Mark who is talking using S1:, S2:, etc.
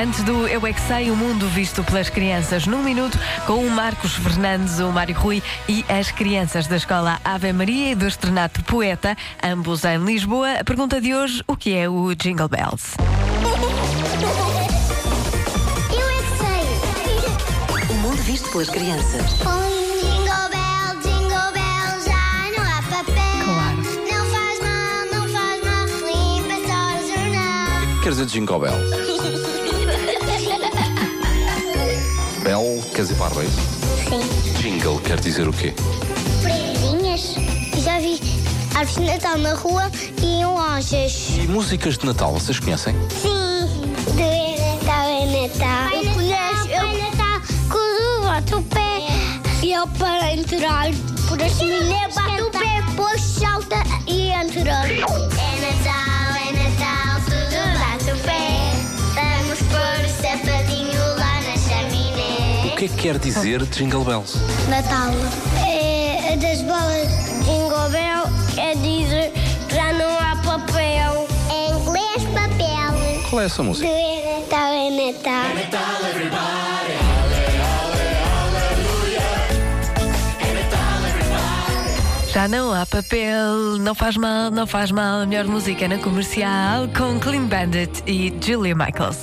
S1: Antes do Eu É Que Sei, o mundo visto pelas crianças num minuto, com o Marcos Fernandes, o Mário Rui e as crianças da escola Ave Maria e do Estrenato Poeta, ambos em Lisboa. A pergunta de hoje, o que é o Jingle Bells?
S2: Eu é que sei.
S3: O mundo visto pelas crianças.
S2: Um jingle bell, jingle bell, já não há papel.
S1: Claro.
S2: Não faz mal, não faz mal, limpa só o jornal.
S4: Quer dizer Jingle Bell? Bell quer dizer parabéns.
S2: Sim.
S4: Jingle quer dizer o quê?
S2: Prendinhas? Já vi árvores de Natal na rua e um em lojas.
S4: E músicas de Natal, vocês conhecem?
S2: Sim. Do Natal é Natal. Pai eu conheço. Pai Natal, quando bate o pé. E eu para entrar por as meninas, bate o pé, depois salta e entra. É Natal, é Natal, tudo bate o pé. Vamos pôr o sapatinho lá na chaminé.
S4: O que é que quer dizer Jingle Bells?
S2: Natal. É das bolas Jingle Bell quer dizer já não há papel. Em É inglês, papel.
S4: Qual é essa
S2: Do
S4: música?
S2: é Natal, é Natal.
S1: Já não há papel, não faz mal, não faz mal. A melhor música na comercial com Clean Bandit e Julia Michaels.